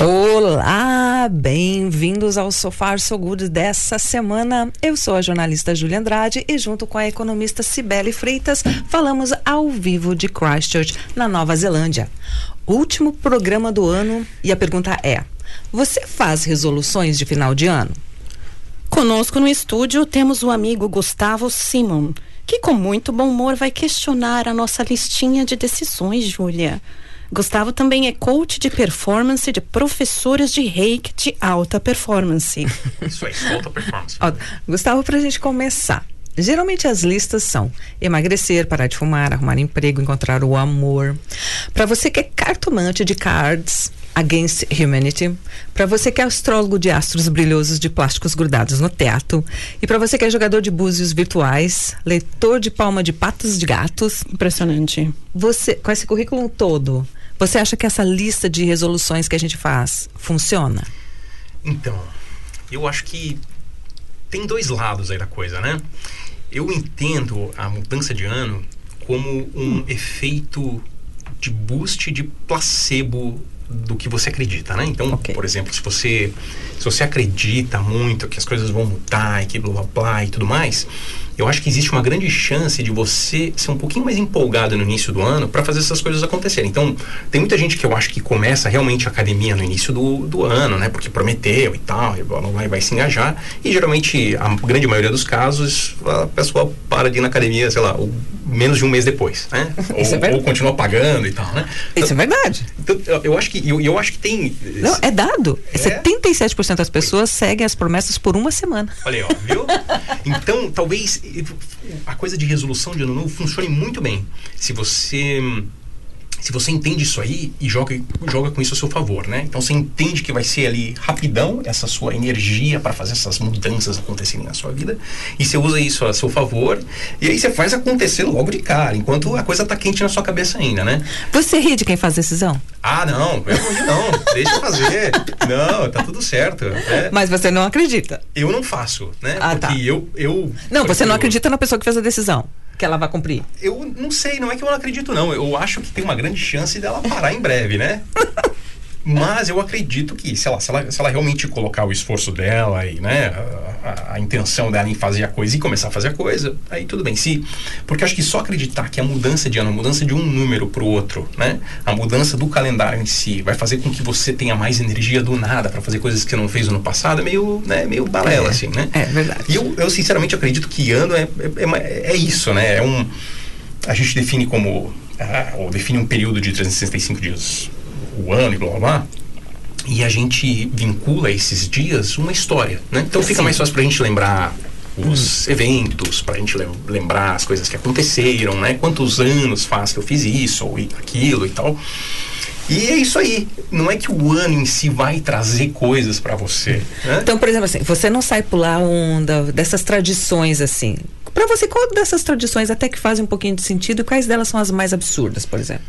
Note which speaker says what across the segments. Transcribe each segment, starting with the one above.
Speaker 1: Olá, bem-vindos ao Sofá Seguros dessa semana. Eu sou a jornalista Júlia Andrade e junto com a economista Cibele Freitas falamos ao vivo de Christchurch, na Nova Zelândia. Último programa do ano e a pergunta é: você faz resoluções de final de ano?
Speaker 2: Conosco no estúdio temos o amigo Gustavo Simon, que com muito bom humor vai questionar a nossa listinha de decisões, Júlia. Gustavo também é coach de performance de professoras de reiki de alta performance.
Speaker 3: Isso aí, alta performance.
Speaker 1: Ó, Gustavo, para a gente começar. Geralmente as listas são emagrecer, parar de fumar, arrumar emprego, encontrar o amor. Para você que é cartomante de cards against humanity, para você que é astrólogo de astros brilhosos de plásticos grudados no teto, e para você que é jogador de búzios virtuais, leitor de palma de patas de gatos,
Speaker 2: Impressionante.
Speaker 1: você com esse currículo todo, você acha que essa lista de resoluções que a gente faz funciona?
Speaker 3: Então, eu acho que tem dois lados aí da coisa, né? Eu entendo a mudança de ano como um efeito de boost de placebo do que você acredita, né? Então,
Speaker 1: Ok.
Speaker 3: por exemplo, se você se você acredita muito que as coisas vão mudar e que blá blá blá e tudo mais, eu acho que existe uma grande chance de você ser um pouquinho mais empolgado no início do ano para fazer essas coisas acontecerem. Então, tem muita gente que eu acho que começa realmente a academia no início do, do ano, né? Porque prometeu e tal, e blá blá blá, e vai se engajar. E geralmente, a grande maioria dos casos, a pessoa para de ir na academia, sei lá, ou menos de um mês depois, né?
Speaker 1: Isso é
Speaker 3: Ou,
Speaker 1: verdade.
Speaker 3: ou continua pagando e tal, né?
Speaker 1: Isso é verdade.
Speaker 3: Então, eu- eu acho que eu, eu acho que tem.
Speaker 1: Não, é dado.
Speaker 3: É?
Speaker 1: 77% das pessoas seguem as promessas por uma semana.
Speaker 3: Olha aí, ó, viu? Então, talvez eh, a coisa de resolução de ano novo funcione muito bem. Se você. Se você entende isso aí e joga, joga com isso a seu favor, né? Então você entende que vai ser ali rapidão essa sua energia para fazer essas mudanças acontecerem na sua vida e você usa isso a seu favor e aí você faz acontecer logo de cara, enquanto a coisa tá quente na sua cabeça ainda, né?
Speaker 1: Você ri de quem faz decisão,
Speaker 3: Ah, não, pelo amor de não, deixa eu fazer. Não, tá tudo certo. né?
Speaker 1: mas você não acredita.
Speaker 3: Eu não faço, né?
Speaker 1: Ah,
Speaker 3: Porque
Speaker 1: tá.
Speaker 3: eu, eu.
Speaker 1: Não, você não
Speaker 3: eu-
Speaker 1: acredita na pessoa que fez a decisão, que ela vai cumprir.
Speaker 3: Eu não sei, não é que eu não acredito, não. Eu acho que tem uma grande chance dela parar em breve, né? Mas eu acredito que, sei lá, se ela, se ela realmente colocar o esforço dela e, né, a, a- a intenção dela em fazer a coisa e começar a fazer a coisa, aí tudo bem. Se, porque eu acho que só acreditar que a mudança de ano, a mudança de um número pro outro, né, a mudança do calendário em si, vai fazer com que você tenha mais energia do nada para fazer coisas que você não fez no ano passado, é meio, né, meio balela, assim, né?
Speaker 1: é verdade.
Speaker 3: E eu, eu, sinceramente acredito que ano é, é, é ma- é isso, né? É um, a gente define como. ah, ou define um período de 365 dias o ano e blá blá blá. E a gente vincula esses dias uma história, né? Então fica mais fácil pra gente lembrar os eventos, pra gente lem- lembrar as coisas que aconteceram, né? Quantos anos faz que eu fiz isso ou i- aquilo e tal. E é isso aí. Não é que o ano em si vai trazer coisas pra você, né?
Speaker 1: Então, por exemplo, assim, você não sai pular onda dessas tradições assim. Pra você, qual dessas tradições até que fazem um pouquinho de sentido e quais delas são as mais absurdas, por exemplo?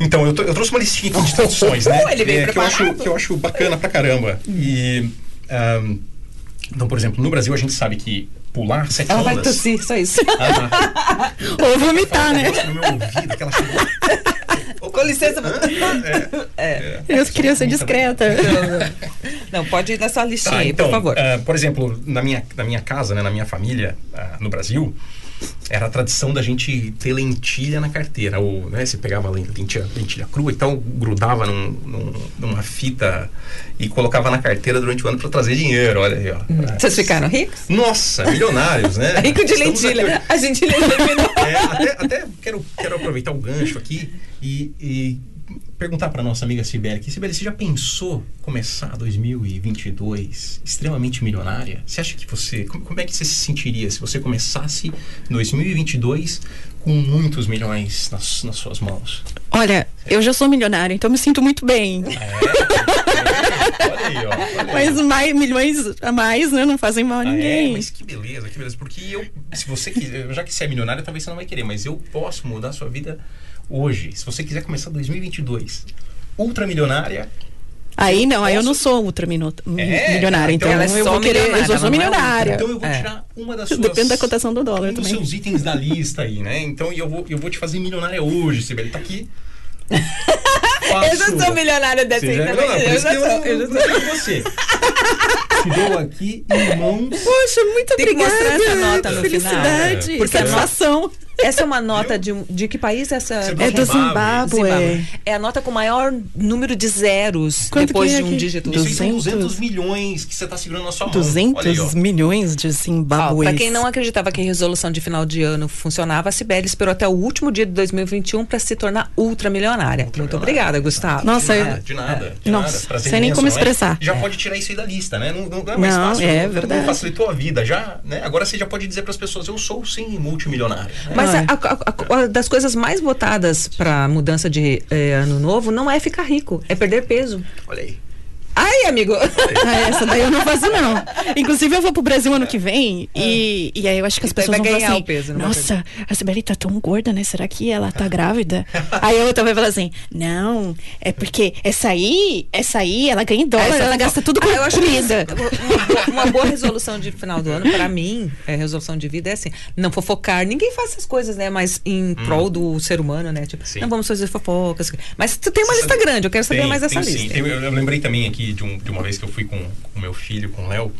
Speaker 3: Então, eu, tô- eu trouxe uma listinha aqui de tradições, né?
Speaker 1: Ele veio
Speaker 3: É, que, eu acho,
Speaker 1: preparado.
Speaker 3: que eu acho bacana pra caramba. E. ahm, então, por exemplo, no Brasil a gente sabe que pular sete
Speaker 1: Ela vai
Speaker 3: ondas.
Speaker 1: tossir, só isso.
Speaker 3: Ah, tá.
Speaker 2: Ou vomitar, né?
Speaker 3: No meu ouvido, aquela chegou.
Speaker 1: Com licença.
Speaker 3: Hã? É, é.
Speaker 2: Eu queria ser discreta.
Speaker 1: Não, pode ir nessa listinha
Speaker 3: Tá,
Speaker 1: aí,
Speaker 3: então,
Speaker 1: por favor.
Speaker 3: ah, por exemplo, na minha, na minha casa, né, na minha família, ah, no Brasil, era a tradição da gente ter lentilha na carteira. Ou, né, você pegava a len- lentilha, lentilha crua e tal, grudava num- num- numa fita e colocava na carteira durante o ano para trazer dinheiro. Olha aí, ó.
Speaker 1: Hum. Vocês ficaram ricos?
Speaker 3: Nossa, milionários, né?
Speaker 1: Rico de
Speaker 3: Estamos aqui
Speaker 1: lentilha.
Speaker 3: hoje.
Speaker 1: A gente eliminou.
Speaker 3: É, até até quero, quero aproveitar o gancho aqui e, e perguntar para nossa amiga Sibeli aqui. Sibeli, você já pensou começar 2022 extremamente milionária? Você acha que você. Como, como é que você se sentiria se você começasse 2022 com muitos milhões nas, nas suas mãos?
Speaker 2: Olha, eu já sou milionária, então me sinto muito bem.
Speaker 3: Olha aí, ó. olha aí.
Speaker 2: Mas mais, milhões a mais, né? Não fazem mal a
Speaker 3: Ah, é?
Speaker 2: ninguém.
Speaker 3: mas que beleza, que beleza. Porque eu, se você quiser, já que você é milionário, talvez você não vai querer, mas eu posso mudar a sua vida hoje. Se você quiser começar 2022 ultramilionária,
Speaker 2: Aí não, aí eu não sou ultramilionária,
Speaker 3: É,
Speaker 2: milionária, então,
Speaker 3: então ela é
Speaker 2: eu
Speaker 1: só
Speaker 2: vou querer, eu
Speaker 1: milionária,
Speaker 2: sou só
Speaker 1: ela não é
Speaker 2: milionária.
Speaker 3: Então eu vou
Speaker 1: É.
Speaker 3: tirar uma das suas...
Speaker 2: Depende da cotação do dólar
Speaker 3: um dos
Speaker 2: também.
Speaker 3: seus itens da lista aí, né? Então e eu vou, eu vou te fazer milionária hoje, Sibeli. Tá aqui.
Speaker 1: Eu já sou milionária dessa
Speaker 3: Você já
Speaker 1: ainda.
Speaker 3: é milionária, por
Speaker 1: Eu
Speaker 3: isso
Speaker 1: já
Speaker 3: que eu
Speaker 1: sou. eu já
Speaker 3: não-
Speaker 1: sou.
Speaker 3: não tenho você. Te dou aqui em mãos...
Speaker 2: Poxa, muito
Speaker 1: Tem que
Speaker 2: obrigada.
Speaker 1: mostrar essa nota no né?
Speaker 2: Felicidade,
Speaker 3: final.
Speaker 1: Porque
Speaker 2: satisfação.
Speaker 1: Essa é uma nota de, um- de que país essa?
Speaker 3: Você
Speaker 2: É do
Speaker 3: Zimbábue.
Speaker 2: Zimbábue.
Speaker 1: Zimbábue. É a nota com maior número de zeros
Speaker 2: Quanto
Speaker 1: depois
Speaker 2: que é
Speaker 1: de um
Speaker 2: aqui?
Speaker 1: dígito.
Speaker 3: Isso aí são 200
Speaker 2: 200
Speaker 3: milhões que você tá segurando na sua mão. Olha aí, ó.
Speaker 2: 200 milhões de
Speaker 1: Ó,
Speaker 2: Zimbábue.
Speaker 1: Pra quem não acreditava que a resolução de final de ano funcionava, a Sibeli esperou até o último dia de 2021 para um se tornar ultramilionária. Muito obrigada, Gustavo.
Speaker 2: Nossa,
Speaker 3: de
Speaker 2: eu-
Speaker 3: nada, de nada. de
Speaker 2: Nossa,
Speaker 3: nada. Prazer
Speaker 2: sei nem
Speaker 3: imenso,
Speaker 2: como
Speaker 3: não é?
Speaker 2: expressar.
Speaker 3: Já pode tirar isso aí da lista, né? Não, não- não é mais
Speaker 2: Não,
Speaker 3: fácil.
Speaker 2: é
Speaker 3: não-
Speaker 2: verdade.
Speaker 3: Não facilitou a vida. Já, né? Agora você já pode dizer para as pessoas: eu sou sim multimilionário. né?
Speaker 1: Mas
Speaker 2: Ai.
Speaker 1: a- a- a- a- das coisas mais votadas para mudança de eh, ano novo não é ficar rico, é perder peso.
Speaker 3: Olha aí.
Speaker 1: Ai, amigo!
Speaker 2: Ah, essa daí eu não faço, não. Inclusive, eu vou pro Brasil ano que vem e, e aí eu acho que as
Speaker 1: E daí
Speaker 2: pessoas
Speaker 1: Ah. vai
Speaker 2: vão falar
Speaker 1: ganhar
Speaker 2: assim:
Speaker 1: o peso, numa
Speaker 2: Nossa, a Sibeli tá tão gorda, né? Será que ela tá grávida? aí a outra vai falar assim: Não, é porque essa aí, essa aí, ela ganha em dólar,
Speaker 1: Essa-
Speaker 2: ela gasta tudo com
Speaker 1: Ah, eu acho que
Speaker 2: comida.
Speaker 1: Uma boa, uma boa resolução de final do ano, para mim, é, resolução de vida é assim, não fofocar. Ninguém faz essas coisas, né? Mas em prol do ser humano, né? Tipo,
Speaker 3: Hum. Sim.
Speaker 1: não vamos fazer fofocas. Mas tu tem uma lista grande, eu quero saber
Speaker 3: Tem,
Speaker 1: mais dessa
Speaker 3: tem sim.
Speaker 1: lista.
Speaker 3: Tem- É, eu, eu lembrei também aqui de, um- de uma vez que eu fui com com o meu filho, com o Léo.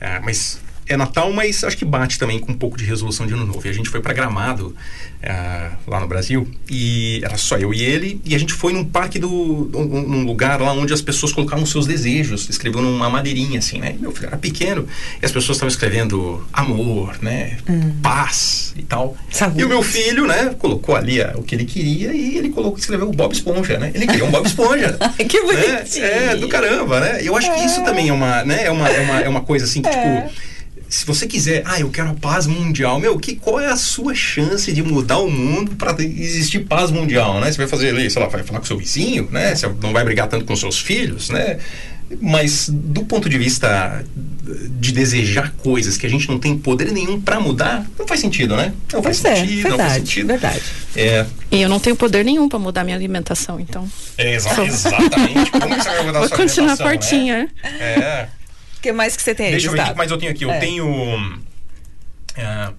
Speaker 3: Ah, mas é Natal, mas acho que bate também com um pouco de resolução de ano novo. E a gente foi pra Gramado, ah, lá no Brasil, e era só eu e ele. E a gente foi num parque, do, num num lugar lá onde as pessoas colocavam seus desejos, escreviam numa madeirinha assim, né? Meu filho era pequeno, e as pessoas estavam escrevendo amor, né? Paz e tal.
Speaker 1: Saúde.
Speaker 3: E o meu filho, né, colocou ali ah, o que ele queria e ele colocou, escreveu o Bob Esponja, né? Ele queria um Bob Esponja.
Speaker 1: Que
Speaker 3: né?
Speaker 1: bonitinho.
Speaker 3: É, do caramba, né? Eu acho que isso também é uma, né, é uma, é uma, é uma coisa assim que, tipo. Se você quiser, ah, eu quero a paz mundial, meu, que, qual é a sua chance de mudar o mundo para existir paz mundial, né? Você vai fazer ali, sei lá, vai falar com seu vizinho, né? Você não vai brigar tanto com seus filhos, né? Mas do ponto de vista de desejar coisas que a gente não tem poder nenhum para mudar, não faz sentido, né? Não faz
Speaker 1: Pois é,
Speaker 3: sentido, não faz
Speaker 1: verdade,
Speaker 3: sentido.
Speaker 1: verdade.
Speaker 3: É,
Speaker 2: E eu não tenho poder nenhum pra mudar minha alimentação, então.
Speaker 3: é exa- exatamente. Como que você vai mudar a
Speaker 2: Vou
Speaker 3: sua
Speaker 2: continuar
Speaker 3: alimentação, né?
Speaker 2: fortinha.
Speaker 3: É.
Speaker 1: O que mais que você tem aí,
Speaker 3: Deixa eu ver o
Speaker 1: É, Gustavo?
Speaker 3: que mais eu tenho aqui. Eu
Speaker 1: É.
Speaker 3: tenho. ah,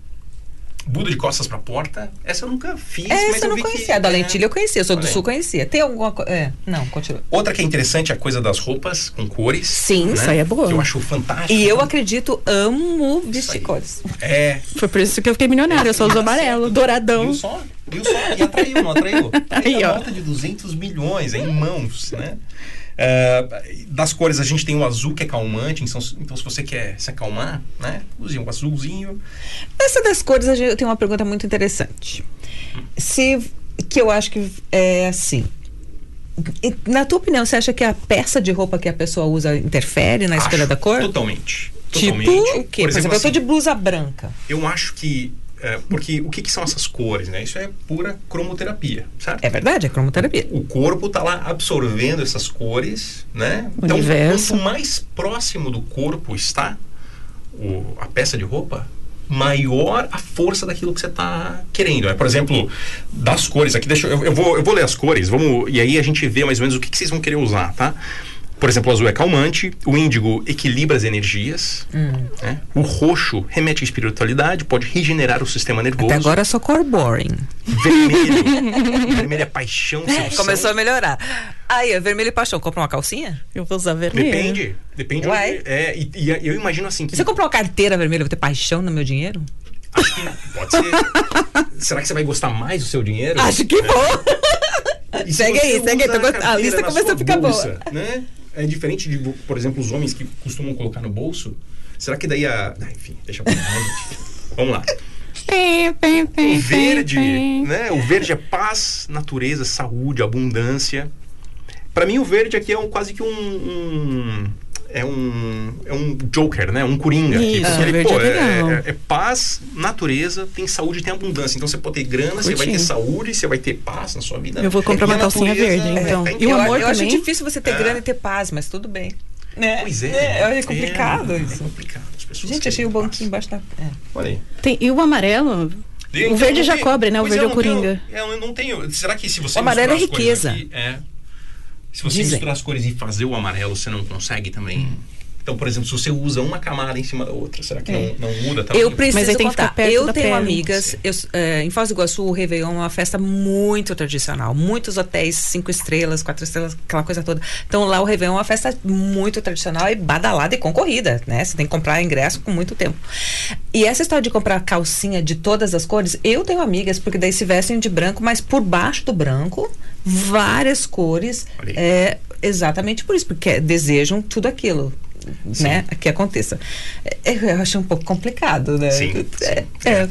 Speaker 3: Buda de costas pra porta. Essa eu nunca fiz.
Speaker 1: É,
Speaker 3: mas
Speaker 1: Essa eu não
Speaker 3: vi
Speaker 1: conhecia.
Speaker 3: Que,
Speaker 1: a da
Speaker 3: é.
Speaker 1: lentilha eu conhecia, eu sou do
Speaker 3: Olha aí.
Speaker 1: sul, conhecia. Tem alguma coisa. É, não, continua.
Speaker 3: Outra que é interessante é a coisa das roupas com cores. né?
Speaker 1: Sim,
Speaker 2: isso aí é boa.
Speaker 3: Que eu acho fantástico.
Speaker 1: E eu acredito, amo vestir
Speaker 3: aí.
Speaker 1: cores.
Speaker 3: É.
Speaker 2: Foi por isso que eu fiquei milionária. Eu só uso amarelo, douradão.
Speaker 3: Viu só? Viu só? E atraiu, não atraiu? Atraiu
Speaker 2: Aí,
Speaker 3: a
Speaker 2: ó.
Speaker 3: nota de 200 milhões em mãos, né? É, das cores, a gente tem o azul que é calmante, então, se- então se você quer se acalmar, né? Use um azulzinho.
Speaker 1: Essa das cores, a gente- eu tenho uma pergunta muito interessante. Se que eu acho que é assim. E, Na tua opinião, você acha que a peça de roupa que a pessoa usa interfere na escolha
Speaker 3: Acho
Speaker 1: da cor?
Speaker 3: Totalmente.
Speaker 1: Tipo,
Speaker 3: totalmente.
Speaker 1: o quê? Por exemplo, eu tô
Speaker 3: assim,
Speaker 1: de blusa branca.
Speaker 3: eu acho que. é, porque o que, que são essas cores, né? Isso é pura cromoterapia, sabe?
Speaker 1: É verdade, é cromoterapia.
Speaker 3: O corpo tá lá absorvendo essas cores, né? Então,
Speaker 2: Universo.
Speaker 3: quanto mais próximo do corpo está o- a peça de roupa, maior a força daquilo que você tá querendo. né? Por exemplo, das cores aqui, deixa eu, eu vou, eu vou ler as cores, vamos, e aí a gente vê mais ou menos o que, que vocês vão querer usar, tá? Por exemplo, o azul é calmante, o índigo equilibra as energias,
Speaker 1: Hum.
Speaker 3: né? o roxo remete à espiritualidade, pode regenerar o sistema nervoso.
Speaker 1: Até agora é só cor boring.
Speaker 3: Vermelho, vermelho é paixão, sedução.
Speaker 1: Começou a melhorar. Aí, é vermelho e paixão. Compra uma calcinha?
Speaker 2: Eu vou usar vermelho.
Speaker 3: Depende. Depende.
Speaker 1: Uai.
Speaker 3: onde- é, e, e eu imagino assim que.
Speaker 1: Você comprou uma carteira vermelha, eu vou ter paixão no meu dinheiro?
Speaker 3: Acho que pode ser. Será que você vai gostar mais do seu dinheiro?
Speaker 1: Acho que vou.
Speaker 3: E se
Speaker 1: Segue
Speaker 3: você
Speaker 1: aí,
Speaker 3: usa
Speaker 1: segue aí, tô
Speaker 3: a
Speaker 1: gostando. Ah, A
Speaker 3: carteira
Speaker 1: lista
Speaker 3: na
Speaker 1: começou a
Speaker 3: sua
Speaker 1: ficar boa.
Speaker 3: bolsa, Né? É diferente de, por exemplo, os homens que costumam colocar no bolso. Será que daí a. Ah, enfim, deixa pra lá, gente. Vamos lá. O verde, né? O verde é paz, natureza, saúde, abundância. Pra mim, o verde aqui é um, quase que um, um- é um é um Joker, né? Um coringa. aqui.
Speaker 2: Isso,
Speaker 3: Porque
Speaker 2: verde é legal.
Speaker 3: é, é paz, natureza, tem saúde, tem abundância. Então você pode ter grana, você vai ter
Speaker 2: Curti.
Speaker 3: saúde, você vai ter paz na sua vida.
Speaker 2: Eu vou comprar
Speaker 3: E
Speaker 2: uma
Speaker 3: a
Speaker 2: calcinha
Speaker 3: natureza,
Speaker 2: verde,
Speaker 3: é,
Speaker 2: então.
Speaker 3: tem
Speaker 2: E o
Speaker 3: que-
Speaker 1: eu,
Speaker 2: amor
Speaker 1: eu acho
Speaker 2: também?
Speaker 1: difícil você ter grana e ter paz, mas tudo bem. Né?
Speaker 3: É. Pois é.
Speaker 1: É, é complicado
Speaker 3: é,
Speaker 1: isso.
Speaker 3: É complicado. As pessoas
Speaker 1: Gente,
Speaker 3: querem
Speaker 1: achei o
Speaker 3: paz.
Speaker 1: banquinho embaixo da. É.
Speaker 3: Olha aí.
Speaker 2: Tem- e o amarelo?
Speaker 3: Então,
Speaker 2: o verde
Speaker 3: não
Speaker 2: já
Speaker 3: tem-
Speaker 2: cobre, né? O
Speaker 3: Pois
Speaker 2: verde é o
Speaker 3: eu não
Speaker 2: coringa.
Speaker 3: tenho- eu não tenho. Será que se você.
Speaker 1: O amarelo
Speaker 3: misturar
Speaker 1: é
Speaker 3: as cores
Speaker 1: riqueza.
Speaker 3: aqui, é. Se você
Speaker 1: Dizem. Hum.
Speaker 3: misturar as cores e fazer o amarelo, você não consegue também. Então, por exemplo, se você usa uma camada em cima da outra, será que não, não muda também?
Speaker 1: É. Eu preciso
Speaker 2: Mas aí tem que
Speaker 1: contar.
Speaker 2: ficar perto
Speaker 1: eu
Speaker 2: da
Speaker 1: tenho
Speaker 2: perna.
Speaker 1: amigas, eu, eh, em Foz do Iguaçu, o Réveillon é uma festa muito tradicional. Muitos hotéis, cinco estrelas, quatro estrelas, aquela coisa toda. Então lá o Réveillon é uma festa muito tradicional e badalada e concorrida, né? Você tem que comprar ingresso com muito tempo. E essa história de comprar calcinha de todas as cores, eu tenho amigas, porque daí se vestem de branco, mas por baixo do branco, várias cores.
Speaker 3: Olha aí.
Speaker 1: eh, exatamente por isso, porque desejam tudo aquilo. Né, que aconteça. Eh, Eu acho um pouco complicado, né?
Speaker 3: Sim,
Speaker 1: É,
Speaker 3: sim, é.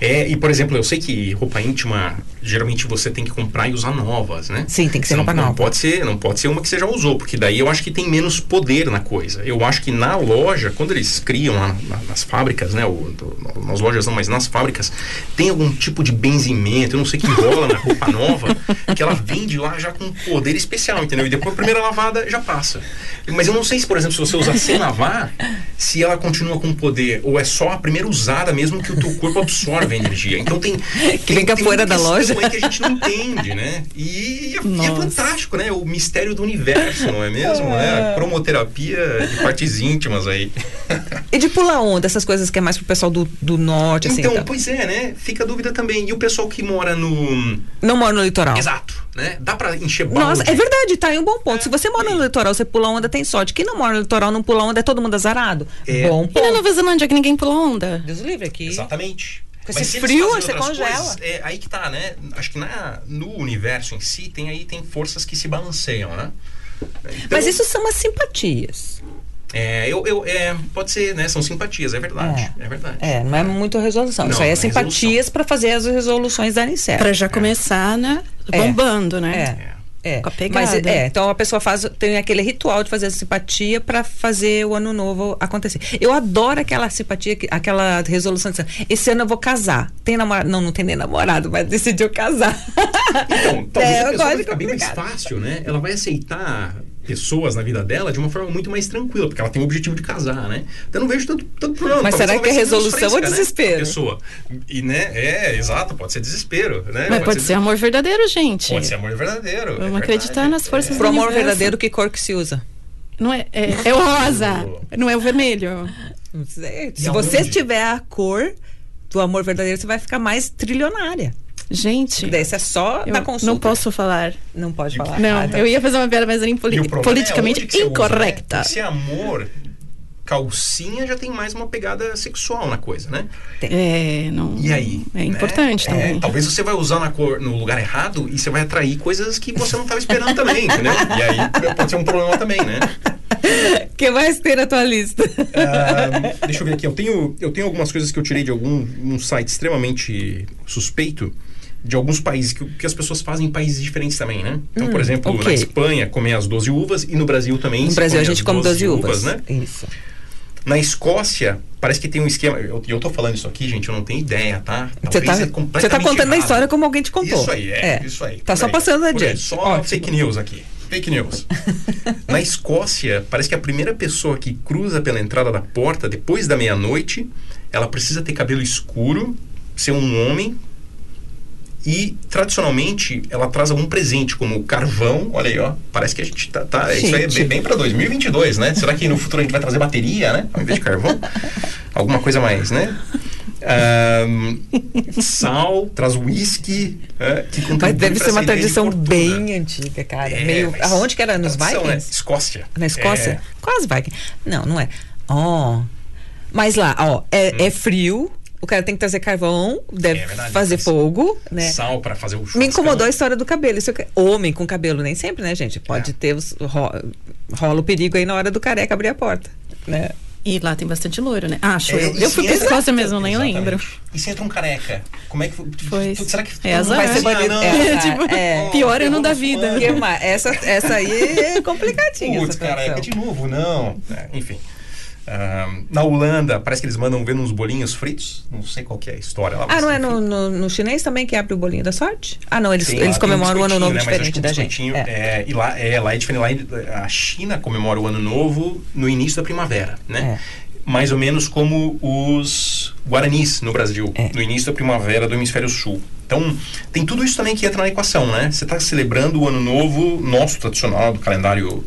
Speaker 3: É, e por exemplo, eu sei que roupa íntima, geralmente você tem que comprar e usar novas, né?
Speaker 1: Sim, tem que ser
Speaker 3: Não-
Speaker 1: roupa
Speaker 3: não
Speaker 1: nova.
Speaker 3: pode ser, não pode ser uma que você já usou, porque daí eu acho que tem menos poder na coisa. Eu acho que na loja, quando eles criam lá na- nas fábricas, né? Ou, do- nas lojas não, mas nas fábricas, tem algum tipo de benzimento, eu não sei que rola na roupa nova, que ela vende lá já com um poder especial, entendeu? E depois a primeira lavada já passa. Mas eu não sei se, por exemplo, se você usar sem lavar, se ela continua com poder, ou é só a primeira usada mesmo que o teu corpo absorve a energia. Então tem. Que
Speaker 1: vem com a poeira da loja.
Speaker 3: é que a gente não entende, né? E, é- e é
Speaker 2: Nossa.
Speaker 3: fantástico, né? O mistério do universo, não é mesmo? É. A cromoterapia de partes íntimas aí.
Speaker 1: E de pular onda, essas coisas que é mais pro pessoal do, do norte, assim.
Speaker 3: então,
Speaker 1: então.
Speaker 3: pois é, né? Fica a dúvida também. E o pessoal que mora no.
Speaker 1: Não mora no litoral.
Speaker 3: Exato, né? Dá pra encher balde.
Speaker 1: Nossa, é verdade, tá aí um bom ponto. Se você mora no
Speaker 3: É.
Speaker 1: litoral, você pula onda, tem sorte. Quem não mora no litoral, não pula onda, é todo mundo azarado.
Speaker 3: É.
Speaker 1: Bom
Speaker 2: E na
Speaker 1: ponto.
Speaker 2: Nova Zelândia que ninguém pula onda?
Speaker 1: Deus livre aqui.
Speaker 3: Exatamente.
Speaker 1: Com
Speaker 3: Mas
Speaker 1: esse
Speaker 3: se eles
Speaker 1: frio,
Speaker 3: fazem
Speaker 1: você
Speaker 3: outras
Speaker 1: congela.
Speaker 3: coisas, é aí que tá, né? Acho que na, no universo em si tem aí tem forças que se balanceiam, né? Então,
Speaker 1: Mas isso são as simpatias.
Speaker 3: é, eu, eu, é, pode ser, né? São simpatias, é verdade. É, verdade.
Speaker 1: É, não é muito resolução.
Speaker 3: Não,
Speaker 1: isso aí é
Speaker 3: não é
Speaker 1: simpatias pra fazer as resoluções darem certo.
Speaker 2: Pra já começar, né?
Speaker 1: É.
Speaker 2: Bombando, né?
Speaker 1: É. É.
Speaker 2: Com a pegada.
Speaker 1: Mas, é, então a pessoa faz, tem aquele ritual de fazer a simpatia pra fazer o ano novo acontecer. Eu adoro aquela simpatia, que- aquela resolução de assim, esse ano eu vou casar. Tem namorado? Não, não tem nem namorado, mas decidiu casar.
Speaker 3: Então, talvez
Speaker 1: É,
Speaker 3: a
Speaker 1: eu
Speaker 3: pessoa
Speaker 1: gosto
Speaker 3: vai
Speaker 1: de
Speaker 3: ficar bem mais
Speaker 1: complicado.
Speaker 3: fácil, né? Ela vai aceitar pessoas na vida dela de uma forma muito mais tranquila, porque ela tem o objetivo de casar, né? Então eu não vejo tanto, tanto problema.
Speaker 1: Mas
Speaker 3: Talvez
Speaker 1: será
Speaker 3: ela
Speaker 1: que é
Speaker 3: vai ser menos
Speaker 1: resolução ou
Speaker 3: fresca, né?
Speaker 1: desespero?
Speaker 3: Pessoa. E, né? É, exato, pode ser desespero, né?
Speaker 2: Mas pode ser amor verdadeiro, gente.
Speaker 3: Pode ser amor verdadeiro. é
Speaker 2: Vamos
Speaker 3: verdade.
Speaker 2: acreditar nas forças
Speaker 1: Pro amor
Speaker 2: Universo.
Speaker 1: verdadeiro, que cor que se usa?
Speaker 2: Não é, é, é o rosa, não é o vermelho.
Speaker 1: Não sei. Se
Speaker 3: E
Speaker 1: você
Speaker 3: aonde?
Speaker 1: tiver a cor do amor verdadeiro, você vai ficar mais trilionária.
Speaker 2: Gente,
Speaker 1: Daí você é só
Speaker 2: eu
Speaker 1: na consulta.
Speaker 2: não posso falar.
Speaker 1: Não pode falar.
Speaker 2: Não,
Speaker 1: Ah, tá.
Speaker 2: eu ia fazer uma piada, mas era impoli-
Speaker 3: E o problema é
Speaker 2: politicamente
Speaker 3: onde que você usa, né?
Speaker 2: incorreta.
Speaker 3: Se é amor, calcinha já tem mais uma pegada sexual na coisa, né?
Speaker 2: É, não.
Speaker 1: Hum,
Speaker 3: E aí?
Speaker 2: É
Speaker 3: né?
Speaker 2: importante
Speaker 3: É,
Speaker 2: também.
Speaker 3: talvez você vai usar na cor- no lugar errado e você vai atrair coisas que você não estava esperando também, entendeu? E aí pode ser um problema também, né?
Speaker 1: que mais tem na tua lista?
Speaker 3: Ah, deixa eu ver aqui. Eu tenho, eu tenho algumas coisas que eu tirei de algum um site extremamente suspeito de alguns países que, que as pessoas fazem em países diferentes também, né? Então, por exemplo, na
Speaker 1: Hum, ok.
Speaker 3: Espanha comem as 12 uvas e no Brasil também
Speaker 1: No
Speaker 3: se
Speaker 1: Brasil a
Speaker 3: come as
Speaker 1: gente come 12 uvas.
Speaker 3: né?
Speaker 1: Isso.
Speaker 3: Na Escócia, parece que tem um esquema. Eu, eu tô falando isso aqui, gente, eu não tenho ideia, tá?
Speaker 1: Você
Speaker 3: Talvez
Speaker 1: tá, você
Speaker 3: é
Speaker 1: tá
Speaker 3: completamente
Speaker 1: contando a
Speaker 3: errado.
Speaker 1: história como alguém te contou.
Speaker 3: Isso aí, é, isso aí.
Speaker 1: Tá
Speaker 3: por
Speaker 1: só
Speaker 3: aí,
Speaker 1: passando
Speaker 3: por aí,
Speaker 1: adiante.
Speaker 3: Só
Speaker 1: Ótimo.
Speaker 3: fake news aqui. Fake news. Na Escócia, parece que a primeira pessoa que cruza pela entrada da porta depois da meia-noite, ela precisa ter cabelo escuro, ser um homem. E, tradicionalmente, ela traz algum presente, como carvão. Olha aí, ó. Parece que a gente tá... tá- isso aí é
Speaker 1: Gente.
Speaker 3: bem para 2022, né? Será que no futuro a gente vai trazer bateria, né? Ao invés de carvão? Alguma coisa mais, né? Ahn, sal, traz uísque. é, que
Speaker 1: Mas
Speaker 3: contribui
Speaker 1: deve
Speaker 3: pra
Speaker 1: ser uma
Speaker 3: essa ideia de
Speaker 1: tradição
Speaker 3: fortuna.
Speaker 1: bem antiga, cara.
Speaker 3: assim, É,
Speaker 1: Meio.
Speaker 3: mas
Speaker 1: Aonde que era? Nos
Speaker 3: tradição, né?
Speaker 1: Vikings?
Speaker 3: Escócia. É.
Speaker 1: Na Escócia? Quase Vikings. Não, não é. Ó. Mas lá, ó, é, é frio. O cara tem que trazer carvão, deve
Speaker 3: Hum. É verdade,
Speaker 1: fazer
Speaker 3: mas-
Speaker 1: fogo,
Speaker 3: É,
Speaker 1: né?
Speaker 3: Sal para fazer o churrasco.
Speaker 1: Me incomodou a história do cabelo. Isso eu que- é homem com cabelo, nem sempre, né, gente? Pode
Speaker 3: É.
Speaker 1: ter. Os, ro- rola o perigo aí na hora do careca abrir a porta. Né?
Speaker 2: E lá tem bastante loiro, né? Acho.
Speaker 3: É,
Speaker 2: eu, eu fui
Speaker 3: e se
Speaker 2: pra
Speaker 3: entra-
Speaker 2: Escócia mesmo, nem
Speaker 3: Exatamente.
Speaker 2: lembro.
Speaker 3: E se entra um careca? Como é que... tu- tu-
Speaker 2: Pois.
Speaker 3: Será que...
Speaker 2: É azar.
Speaker 1: Vai ser
Speaker 2: Sim,
Speaker 1: banido.
Speaker 3: não.
Speaker 1: É, tá,
Speaker 2: tipo,
Speaker 1: é.
Speaker 2: pior eu não da
Speaker 3: Fulano.
Speaker 2: vida.
Speaker 1: Que ma- Essa, essa aí é complicadinha.
Speaker 3: Putz, é
Speaker 1: essa tradição.
Speaker 3: careca de novo, não. É, enfim. Ahn, na Holanda, parece que eles mandam ver uns bolinhos fritos. Não sei qual que é a história lá.
Speaker 1: Ah,
Speaker 3: mas
Speaker 1: não é
Speaker 3: enfim.
Speaker 1: no, no, no chinês também que abre o bolinho da sorte? Ah, não, eles,
Speaker 3: Tem lá,
Speaker 1: eles
Speaker 3: tem
Speaker 1: comemoram
Speaker 3: um
Speaker 1: o ano novo
Speaker 3: biscoitinho, né? Mas
Speaker 1: diferente
Speaker 3: acho que o
Speaker 1: da gente.
Speaker 3: biscoitinho,
Speaker 1: É.
Speaker 3: É. e lá é, lá é diferente. Lá em- a China
Speaker 1: É.
Speaker 3: comemora o ano novo no início da primavera, né? Mais ou menos como os guaranis no Brasil,
Speaker 1: É.
Speaker 3: no início da primavera do hemisfério sul. Então, tem tudo isso também que entra na equação, né? Você está celebrando o ano novo nosso tradicional, do calendário,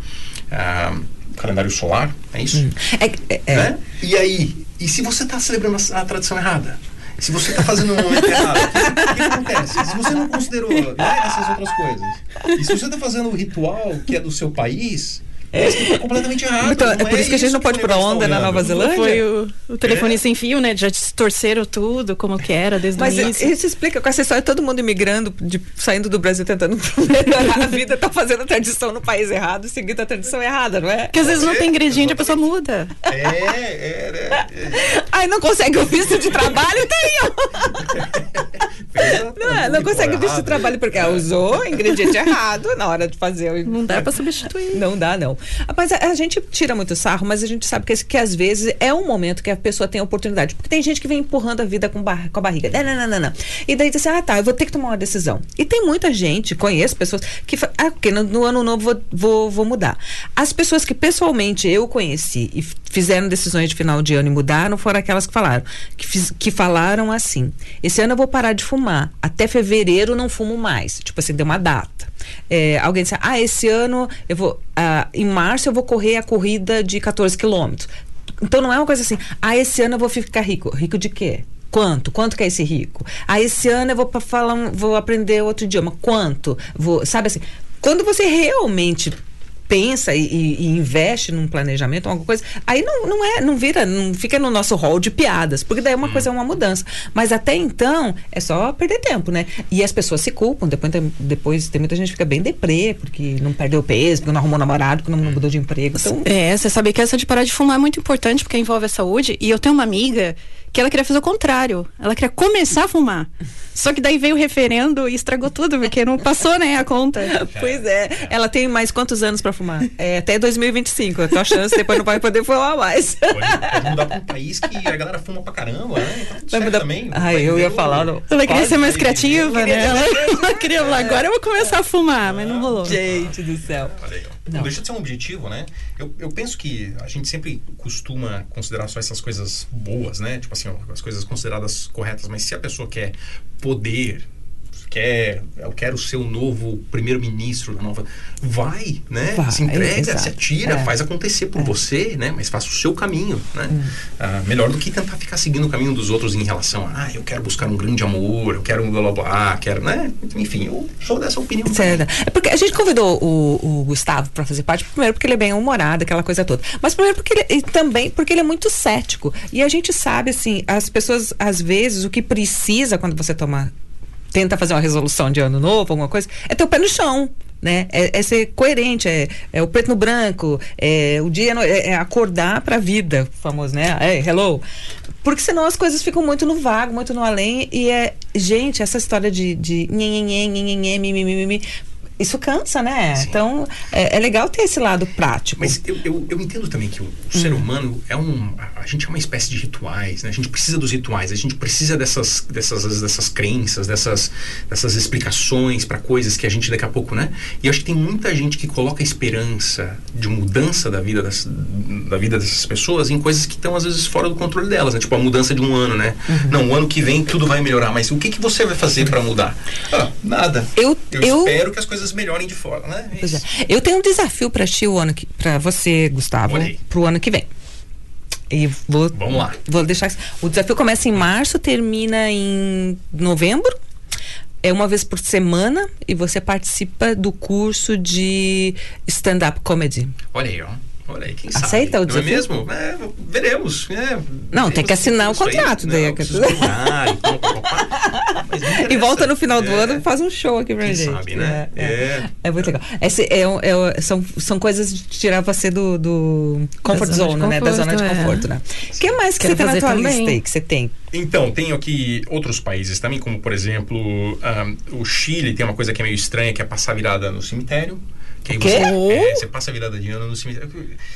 Speaker 3: ah, calendário solar, é isso?
Speaker 1: É, é, é.
Speaker 3: né? E aí? E se você está celebrando a, a tradição errada? Se você está fazendo um momento errado, o que, que acontece? Se você não considerou né, essas outras coisas, e se você está fazendo o ritual que é do seu país, isso tá completamente errado.
Speaker 1: É. Então, é por isso que a gente não pode
Speaker 3: o
Speaker 1: pôr a
Speaker 3: negócio tá
Speaker 1: onda na
Speaker 3: olhando.
Speaker 1: Nova Zelândia?
Speaker 2: Foi o, o telefone
Speaker 3: É.
Speaker 2: sem fio, né? Já torceram tudo, como que era desde
Speaker 1: Mas é-
Speaker 2: o
Speaker 1: isso.
Speaker 2: início.
Speaker 1: se explica com essa história, todo mundo imigrando, de- saindo do Brasil tentando melhorar a vida, tá fazendo a tradição no país errado, seguindo a tradição errada, não é?
Speaker 2: Porque às vezes não tem ingrediente, a pessoa muda.
Speaker 3: É, é, é.
Speaker 1: Aí não consegue o visto de trabalho, tá aí, ó.
Speaker 3: Fez a-
Speaker 1: Não, é,
Speaker 3: a
Speaker 1: não consegue o visto de
Speaker 3: errado.
Speaker 1: trabalho, porque ela usou o ingrediente errado na hora de fazer o.
Speaker 2: Não dá pra substituir.
Speaker 1: Não dá, não. Mas a, a gente tira muito sarro, mas a gente sabe que, esse- que às vezes é um momento que a pessoa tem a oportunidade. Porque tem gente que vem empurrando a vida com, barra- com a barriga. Não, não, não, não, não. E daí diz assim, ah, tá, eu vou ter que tomar uma decisão. E tem muita gente, conheço pessoas, que fala, ah, ok, no, no ano novo vou, vou, vou mudar. As pessoas que pessoalmente eu conheci e f- fizeram decisões de final de ano e mudaram foram aquelas que falaram, que, fiz- que falaram assim, esse ano eu vou parar de fumar, até fevereiro eu não fumo mais. Tipo assim, deu uma data. É, alguém disse, ah, esse ano eu vou. ah, em março eu vou correr a corrida de 14 quilômetros. Então não é uma coisa assim, ah, esse ano eu vou ficar rico. Rico de quê? Quanto? Quanto que é esse rico? Ah, esse ano eu vou pra falar, um- vou aprender outro idioma. Quanto? Vou, sabe assim, quando você realmente pensa e, e- e investe num planejamento, alguma coisa, aí não, não é, não vira, não fica no nosso hall de piadas, porque daí uma coisa é uma mudança. Mas até então é só perder tempo, né? E as pessoas se culpam, depois tem, depois tem muita gente que fica bem deprê, porque não perdeu peso, porque não arrumou namorado, porque não mudou de emprego. Então,
Speaker 2: É, você sabe que essa de parar de fumar é muito importante porque envolve a saúde. E eu tenho uma amiga que ela queria fazer o contrário. Ela queria começar a fumar. Só que daí veio o referendo e estragou tudo, porque não passou, né, a conta.
Speaker 1: Pois é. Ela tem mais quantos anos pra fumar? É, até 2025. Eu tô achando que depois não vai poder fumar mais.
Speaker 3: Pode, pode mudar pra um país que a galera fuma pra caramba, né? Tá tudo
Speaker 1: Vai
Speaker 3: certo
Speaker 1: mudar-
Speaker 3: também.
Speaker 1: Ai,
Speaker 3: Vai
Speaker 1: eu ia
Speaker 3: ver o-
Speaker 1: falar, não.
Speaker 2: Ela queria
Speaker 3: Pode
Speaker 2: ser mais
Speaker 3: ser,
Speaker 2: criativa, né? Ela, ela queria falar, agora eu vou começar a fumar, mas não rolou.
Speaker 1: Gente do céu.
Speaker 3: Olha aí, ó.
Speaker 1: Não.
Speaker 3: Não deixa de ser um objetivo, né? Eu, eu penso que a gente sempre costuma considerar só essas coisas boas, né? Tipo assim, ó, as coisas consideradas corretas. Mas se a pessoa quer poder, quer, eu quero ser o novo primeiro-ministro da nova. Vai, né?
Speaker 1: Vai,
Speaker 3: se entrega,
Speaker 1: exato.
Speaker 3: se atira,
Speaker 1: É. Hum.
Speaker 3: faz acontecer por você, né? Mas faça o seu caminho, né? Ah, melhor do que tentar ficar seguindo o caminho dos outros em relação a, ah, eu quero buscar um grande amor, eu quero um blá blá blá, quero, né? Enfim, eu sou dessa opinião.
Speaker 1: Sério. É porque a gente convidou o, o Gustavo pra fazer parte, primeiro porque ele é bem humorado, aquela coisa toda. Mas primeiro porque ele, e também porque ele é muito cético. E a gente sabe, assim, as pessoas, às vezes, o que precisa quando você toma. Tenta fazer uma resolução de ano novo, alguma coisa, é ter o pé no chão. Né? É, é ser coerente, é, é o preto no branco, é o dia, e a no- é, é acordar pra vida, famoso, né? É, hello. Porque senão as coisas ficam muito no vago, muito no além. E é, gente, essa história de, de nhenhenhé, nhenhenhé, mimimimi, isso cansa, né?
Speaker 3: Sim.
Speaker 1: Então é, é legal ter esse lado prático.
Speaker 3: Mas eu, eu, eu entendo também que o
Speaker 1: Hum.
Speaker 3: ser humano é um. a- A gente é uma espécie de rituais, né? A gente precisa dos rituais, a gente precisa dessas, dessas, dessas crenças, dessas, dessas explicações para coisas que a gente daqui a pouco, né? E eu acho que tem muita gente que coloca esperança de mudança da vida, das, da vida dessas pessoas em coisas que estão às vezes fora do controle delas, né? Tipo a mudança de um ano, né?
Speaker 1: Uhum.
Speaker 3: Não, o ano que vem tudo vai melhorar, mas o que, que você vai fazer para mudar? Ah, nada.
Speaker 1: Eu- eu-
Speaker 3: espero que as coisas melhorem de fora, né? É
Speaker 1: Pois é.
Speaker 3: isso.
Speaker 1: Eu tenho um desafio pra ti o ano que, para você, Gustavo,
Speaker 3: Olha aí.
Speaker 1: pro ano que vem. E vou
Speaker 3: Vamos lá.
Speaker 1: Vou deixar o desafio começa em março, termina em novembro. É uma vez por semana e você participa do curso de stand-up comedy.
Speaker 3: Olha aí, ó. Olha aí, quem
Speaker 1: Aceita
Speaker 3: sabe?
Speaker 1: o
Speaker 3: Não é
Speaker 1: desafio?
Speaker 3: mesmo? É, veremos. é,
Speaker 1: Não, tem que
Speaker 3: veremos
Speaker 1: assinar o
Speaker 3: isso aí.
Speaker 1: contrato,
Speaker 3: Não,
Speaker 1: daí é
Speaker 3: eu
Speaker 1: que-
Speaker 3: preciso procurar, então, pá, pá, pá. Mas me
Speaker 1: E
Speaker 3: interessa.
Speaker 1: volta no final do
Speaker 3: É,
Speaker 1: ano e faz um show aqui pra
Speaker 3: Quem
Speaker 1: gente.
Speaker 3: sabe, né?
Speaker 1: É, é.
Speaker 3: É.
Speaker 1: É muito legal. Esse é, um- é um- são, são coisas de tirar você do, do comfort
Speaker 2: zona de
Speaker 1: zone, né? Da
Speaker 2: conforto,
Speaker 1: zona de
Speaker 2: é.
Speaker 1: conforto, né? O que mais que
Speaker 2: Quero
Speaker 1: você tem na
Speaker 2: fazer
Speaker 1: tua
Speaker 2: também.
Speaker 1: lista aí que você tem?
Speaker 3: Então, tenho aqui outros países também, como por exemplo, ah, o Chile tem uma coisa que é meio estranha, que é passar a virada no cemitério. Que aí
Speaker 1: O quê? Oh!
Speaker 3: Você, é, você passa a virada de ano no cemitério.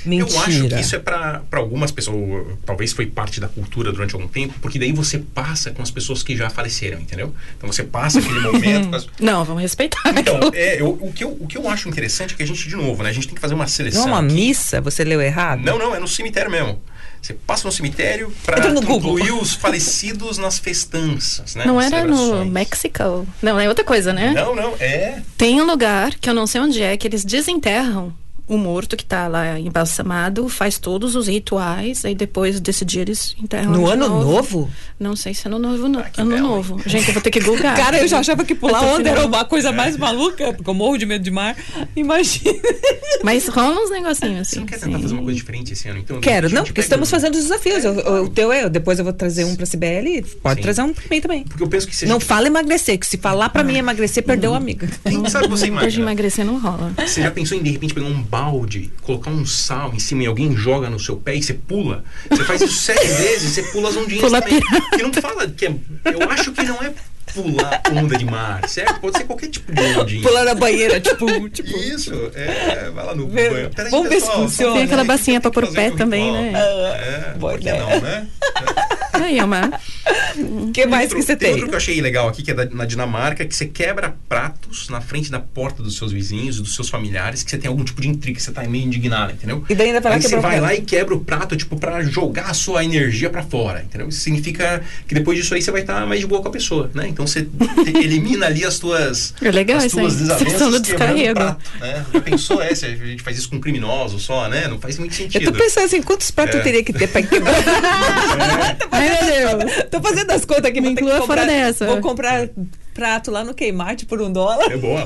Speaker 3: Eu acho que
Speaker 1: Mentira.
Speaker 3: isso é para algumas pessoas, talvez foi parte da cultura durante algum tempo, porque daí você passa com as pessoas que já faleceram, entendeu? Então você passa aquele momento com as,
Speaker 2: Não, vamos respeitar.
Speaker 3: Então, é, eu- o, que eu, o que eu acho interessante é que a gente, de novo, né? A gente tem que fazer uma seleção.
Speaker 1: Não é uma
Speaker 3: aqui.
Speaker 1: missa? Você leu errado?
Speaker 3: Não, não, é no cemitério mesmo. Você passa no cemitério para
Speaker 1: Entra no Google.
Speaker 3: incluir os falecidos nas festanças, né?
Speaker 2: Não
Speaker 3: Nas
Speaker 2: era no
Speaker 3: celebrações.
Speaker 2: México. Não, é outra coisa, né?
Speaker 3: Não, não, é.
Speaker 2: Tem um lugar que eu não sei onde é que eles desenterram o morto que tá lá embalsamado, faz todos os rituais, aí depois desse dia eles enterram
Speaker 1: No
Speaker 2: de
Speaker 1: ano novo?
Speaker 2: Não sei se é ano novo, não.
Speaker 3: Ah, que
Speaker 2: ano
Speaker 3: belo, hein?
Speaker 2: novo. Gente, eu vou ter que googar.
Speaker 1: Cara, eu já achava que pular
Speaker 2: Eu tô
Speaker 1: onda era
Speaker 2: tirando.
Speaker 1: uma coisa mais maluca, porque eu morro de medo de mar. Imagina.
Speaker 2: Mas rola uns negocinhos assim.
Speaker 3: Você não quer tentar fazer uma coisa diferente esse ano, então? De
Speaker 1: Quero,
Speaker 3: repente a
Speaker 1: não,
Speaker 3: gente
Speaker 1: porque
Speaker 3: pega
Speaker 1: estamos
Speaker 3: um-
Speaker 1: fazendo os desafios. Eu- eu- o teu é, eu- depois eu vou trazer um pra CBL, pode
Speaker 3: Sim.
Speaker 1: trazer um pra mim também.
Speaker 3: Porque eu penso que se a
Speaker 1: Não
Speaker 3: gente-
Speaker 1: fala emagrecer, que se falar pra mim emagrecer, perdeu a amiga.
Speaker 3: Quem sabe
Speaker 2: Depois
Speaker 3: você
Speaker 2: de
Speaker 3: imagina?
Speaker 2: emagrecer não rola.
Speaker 3: Você já pensou em de repente pegar um balde, colocar um sal em cima e alguém joga no seu pé e você pula? Você faz isso sete vezes, você pula as ondinhas
Speaker 2: Pula
Speaker 3: também.
Speaker 2: pirata.
Speaker 3: Que não fala que é. Eu acho que não é pular onda de mar, certo? Pode ser qualquer tipo de ondinha.
Speaker 1: Pular na banheira, tipo, tipo.
Speaker 3: Isso, é, vai lá no
Speaker 1: Ver-
Speaker 3: banho. Peraí,
Speaker 1: vamos ver se
Speaker 3: pessoal,
Speaker 1: funciona.
Speaker 3: vamos
Speaker 1: Tem
Speaker 2: aquela
Speaker 3: aí,
Speaker 2: bacinha pra
Speaker 3: tem que
Speaker 2: pôr
Speaker 3: fazer
Speaker 2: pé
Speaker 3: um
Speaker 2: também,
Speaker 3: ritual.
Speaker 2: né?
Speaker 3: É,
Speaker 1: Ah, boa
Speaker 3: por que
Speaker 1: ideia.
Speaker 3: não, né?
Speaker 2: Aí é uma.
Speaker 1: O que mais que você
Speaker 3: tem
Speaker 1: tem?
Speaker 3: outro que eu achei legal aqui, que é da- na Dinamarca, que você quebra pratos na frente da porta dos seus vizinhos, dos seus familiares, que você tem algum tipo de intriga, que você tá meio indignado, entendeu?
Speaker 1: E daí ainda vai lá
Speaker 3: Aí você
Speaker 1: quebrar o
Speaker 3: vai
Speaker 1: prato.
Speaker 3: lá e quebra o prato, tipo, pra jogar a sua energia pra fora, entendeu? Isso significa que depois disso aí você vai estar mais de boa com a pessoa, né? Então você te- elimina ali as tuas...
Speaker 2: É legal
Speaker 3: as
Speaker 2: isso
Speaker 3: tuas
Speaker 2: aí.
Speaker 3: desavenças
Speaker 2: Sessão do
Speaker 3: quebrando
Speaker 2: descarrego.
Speaker 3: prato, né? Já pensou, é, se a gente faz isso com um criminoso só, né? Não faz muito
Speaker 1: Eu
Speaker 3: sentido.
Speaker 1: tô pensando assim, quantos pratos
Speaker 3: É.
Speaker 1: eu teria que ter pra quebrar?
Speaker 2: Ai, meu Deus.
Speaker 1: tô fazendo as contas aqui,
Speaker 2: Me
Speaker 1: vou ter que
Speaker 2: inclua
Speaker 1: comprar-
Speaker 2: fora dessa.
Speaker 1: Vou comprar prato lá no Kmart por um dólar.
Speaker 3: É boa,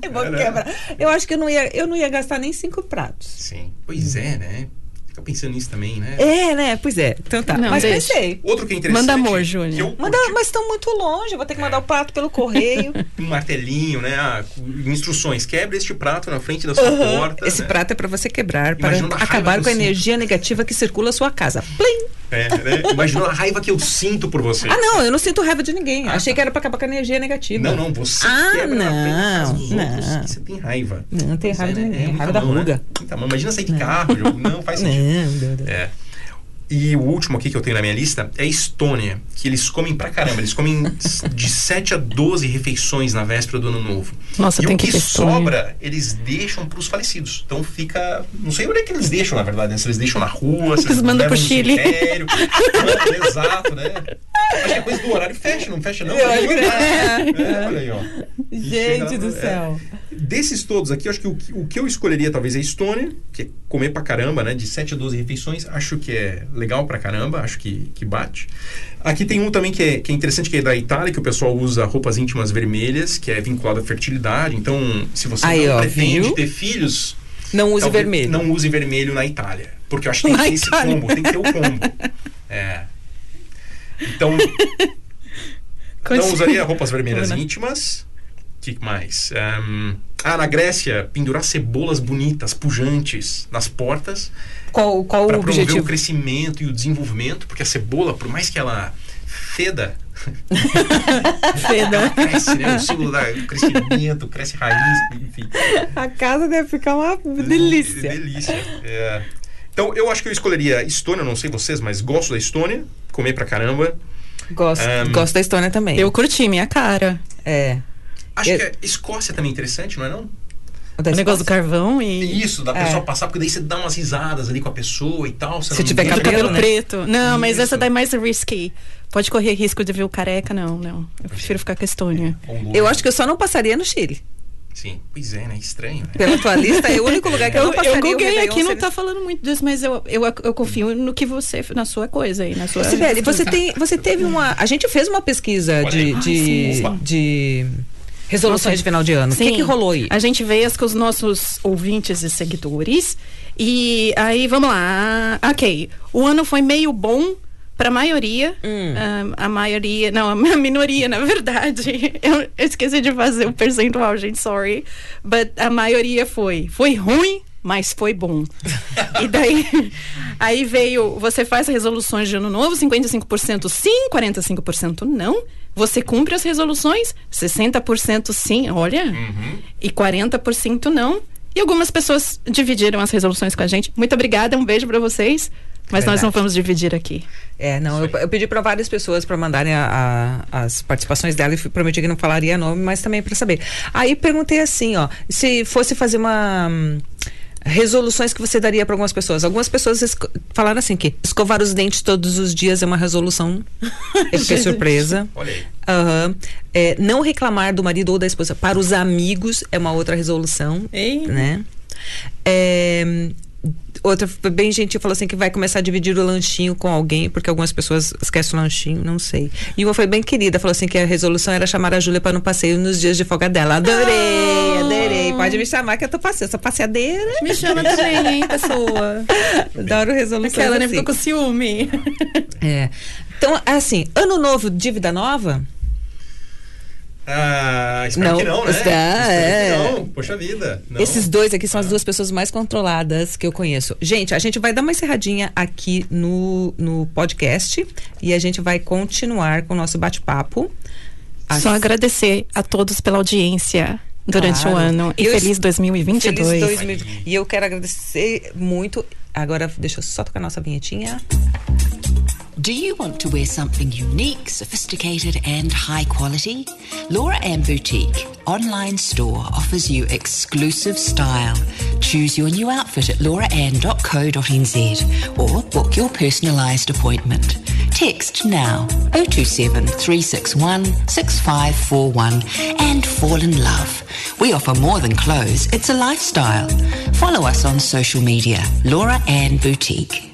Speaker 1: Eu vou
Speaker 3: É, né?
Speaker 1: quebrar. Eu acho que eu não ia, eu não ia gastar nem cinco pratos.
Speaker 3: Sim. Pois é, né? Fica pensando nisso também, né?
Speaker 1: É, né? Pois é. Então tá.
Speaker 2: Não,
Speaker 1: mas
Speaker 2: deixa.
Speaker 1: pensei.
Speaker 3: Outro que é interessante.
Speaker 2: Manda amor, Júnior.
Speaker 3: que eu curti,
Speaker 1: Manda, mas estão muito longe, eu vou ter que mandar o prato pelo correio.
Speaker 3: Um martelinho, né? Ah, com instruções. Quebra este prato na frente da sua
Speaker 1: Aham.
Speaker 3: porta.
Speaker 1: Esse
Speaker 3: né?
Speaker 1: prato é pra você quebrar, para
Speaker 3: Imagina uma raiva assim.
Speaker 1: acabar
Speaker 3: que
Speaker 1: com a
Speaker 3: eu sinto.
Speaker 1: energia negativa que circula a sua casa. Plim!
Speaker 3: É, né? Imagina a raiva que eu sinto por você.
Speaker 1: Ah, não, eu não sinto raiva de ninguém.
Speaker 3: Ah,
Speaker 1: Achei
Speaker 3: tá.
Speaker 1: que era pra acabar com a energia negativa.
Speaker 3: Não, não, você
Speaker 1: Ah,
Speaker 3: quebra na frente da casa dos
Speaker 1: não,
Speaker 3: outros
Speaker 1: não.
Speaker 3: que você tem raiva.
Speaker 1: Não, tem
Speaker 3: Pois
Speaker 1: raiva de
Speaker 3: né?
Speaker 1: ninguém,
Speaker 3: muita
Speaker 1: raiva da
Speaker 3: mão, né?
Speaker 1: ruga.
Speaker 3: Muita mão. Imagina sair de carro, Ju. não faz sentido.
Speaker 1: Não, não, não.
Speaker 3: É. E o último aqui que eu tenho na minha lista é Estônia, que eles comem pra caramba. Eles comem de 7 a 12 refeições na véspera do ano novo.
Speaker 2: Nossa,
Speaker 3: e
Speaker 2: tem
Speaker 3: o
Speaker 2: que
Speaker 3: que
Speaker 2: ter Estônia.
Speaker 3: sobra, eles deixam pros falecidos. Então fica. Não sei onde é que eles deixam, na verdade, né? Se eles deixam na rua, se
Speaker 2: Eles
Speaker 3: eles
Speaker 2: mandam
Speaker 3: levam
Speaker 2: pro
Speaker 3: no
Speaker 2: Chile.
Speaker 3: cemitério. Mano, exato, né? Acho que é coisa do horário fecha, não fecha, não.
Speaker 1: Eu acho que é.
Speaker 3: É, olha aí, ó. E
Speaker 1: Gente
Speaker 3: chega
Speaker 1: do
Speaker 3: lá-
Speaker 1: céu.
Speaker 3: Desses todos aqui, eu acho que o, que- o que eu escolheria talvez é a Estônia, que é comer pra caramba, né? De 7 a 12 refeições. Acho que é legal pra caramba, acho que, que bate. Aqui tem um também que é, que é interessante, que é da Itália, que o pessoal usa roupas íntimas vermelhas, que é vinculado à fertilidade. Então, se você
Speaker 1: Aí,
Speaker 3: não
Speaker 1: ó,
Speaker 3: pretende
Speaker 1: viu?
Speaker 3: ter filhos...
Speaker 1: Não use
Speaker 3: talvez
Speaker 1: vermelho.
Speaker 3: É Não use vermelho na Itália. Porque eu acho que tem
Speaker 1: Na
Speaker 3: que ter esse
Speaker 1: Itália.
Speaker 3: combo, tem que ter o combo. É. Então, não
Speaker 2: Continua.
Speaker 3: usaria roupas vermelhas
Speaker 2: Bruna.
Speaker 3: íntimas. O que mais? Ahn, ah, na Grécia, pendurar cebolas bonitas, pujantes, nas portas
Speaker 1: Qual, qual
Speaker 3: para
Speaker 1: o
Speaker 3: promover o
Speaker 1: objetivo?
Speaker 3: crescimento e o desenvolvimento, porque a cebola, por mais que ela feda, ela
Speaker 2: Feda.
Speaker 3: cresce, né? O símbolo da- do crescimento, cresce raiz, enfim.
Speaker 1: A casa deve ficar uma
Speaker 3: É,
Speaker 1: delícia.
Speaker 3: delícia. É. Então, eu acho que eu escolheria Estônia, não sei vocês, mas gosto da Estônia, comer pra caramba.
Speaker 1: Gosto,
Speaker 3: Ahn.
Speaker 1: gosto da Estônia também.
Speaker 2: Eu curti, minha cara.
Speaker 1: É.
Speaker 3: Acho
Speaker 1: Eu-
Speaker 3: que a Escócia também é interessante, não é não?
Speaker 1: O da
Speaker 2: O negócio do
Speaker 1: Escócia.
Speaker 2: carvão e.
Speaker 3: Isso, da
Speaker 1: É.
Speaker 3: pessoa passar, porque daí você dá umas risadas ali com a pessoa e tal. você
Speaker 1: Se
Speaker 3: não-
Speaker 1: tiver
Speaker 3: não
Speaker 2: E do
Speaker 3: fica
Speaker 1: cabelo,
Speaker 2: cabelo
Speaker 3: aquela-
Speaker 1: né?
Speaker 2: preto. Não, mas
Speaker 3: Isso.
Speaker 2: essa daí é mais risky. Pode correr risco de vir o careca, não, não. Eu prefiro ficar com a Estônia.
Speaker 3: com louro.
Speaker 1: Eu acho que eu só não passaria no Chile.
Speaker 3: Sim, pois é, né? Estranho, né?
Speaker 1: Pela tua lista, é o único lugar que eu,
Speaker 2: Eu,
Speaker 1: não passaria.
Speaker 2: eu
Speaker 1: o
Speaker 2: googlei
Speaker 1: Réveillon
Speaker 2: aqui, não
Speaker 1: seria-
Speaker 2: tá falando muito disso, mas eu, eu, eu confio no que você, na sua coisa aí, na sua.
Speaker 1: Sibeli, você, tem, você teve uma. A gente fez uma pesquisa
Speaker 3: Olha
Speaker 1: de,
Speaker 3: aí.
Speaker 1: de,
Speaker 3: Ah, sim.
Speaker 1: de resoluções de final de ano. O que,
Speaker 2: Sim.
Speaker 1: que rolou aí?
Speaker 2: A gente veio as com os nossos ouvintes e seguidores. E aí, vamos lá. Ah, Ok. O ano foi meio bom para a maioria.
Speaker 1: Hum.
Speaker 2: Ah, a maioria. Não, a minoria, na verdade. Eu esqueci de fazer o percentual, gente. Sorry. But a maioria foi. Foi ruim. Mas foi bom. e daí, aí veio, você faz resoluções de ano novo, 55% sim, 45% não. Você cumpre as resoluções, 60% sim, olha
Speaker 1: Uhum.
Speaker 2: e 40% não. E algumas pessoas dividiram as resoluções com a gente. Muito obrigada, um beijo pra vocês. Mas nós
Speaker 1: Verdade.
Speaker 2: não vamos dividir aqui.
Speaker 1: É, não, eu, eu pedi para várias pessoas para mandarem a- a- as participações dela e fui- prometi que não falaria nome, mas também para saber. Aí perguntei assim, ó, se fosse fazer uma hum, resoluções que você daria para algumas pessoas. Algumas pessoas esco- falaram assim que escovar os dentes todos os dias é uma resolução. Eu fiquei surpresa.
Speaker 3: Olha aí.
Speaker 1: Aham. É, não reclamar do marido ou da esposa para os amigos é uma outra resolução,
Speaker 2: Ei.
Speaker 1: né? É, outra bem gentil falou assim que vai começar a dividir o lanchinho com alguém porque algumas pessoas esquecem o lanchinho, não sei. E uma foi bem querida, falou assim que a resolução era chamar a Júlia para um passeio nos dias de folga dela. Adorei,
Speaker 2: Ah!
Speaker 1: adorei. Pode me chamar que eu tô passeando, sou passeadeira.
Speaker 2: Me chama também, hein, pessoa.
Speaker 1: Adoro resolução.
Speaker 2: Aquela, né? Ficou com ciúme.
Speaker 1: É. Então, assim, ano novo, dívida nova?
Speaker 3: Ah, espero
Speaker 1: Não,
Speaker 3: que não, né?
Speaker 1: está,
Speaker 3: espero
Speaker 1: é.
Speaker 3: que não. Poxa vida. não.
Speaker 1: Esses dois aqui são as duas pessoas mais controladas que eu conheço. Gente, a gente vai dar uma encerradinha aqui no, no podcast e a gente vai continuar com o nosso bate-papo. As-
Speaker 2: Só agradecer a todos pela audiência durante
Speaker 1: Claro.
Speaker 2: o ano. E
Speaker 1: Eu
Speaker 2: feliz
Speaker 1: es-
Speaker 2: 2022.
Speaker 1: Feliz 2000. E eu quero agradecer muito. Agora, deixa eu só tocar nossa vinhetinha.
Speaker 4: Do you want to wear something unique, sophisticated, and high quality? Laura Ann Boutique online store offers you exclusive style. Choose your new outfit at lauraann.co.nz or book your personalised appointment. Text now 027 361 6541 and fall in love. We offer more than clothes, it's a lifestyle. Follow us on social media, Laura Ann Boutique.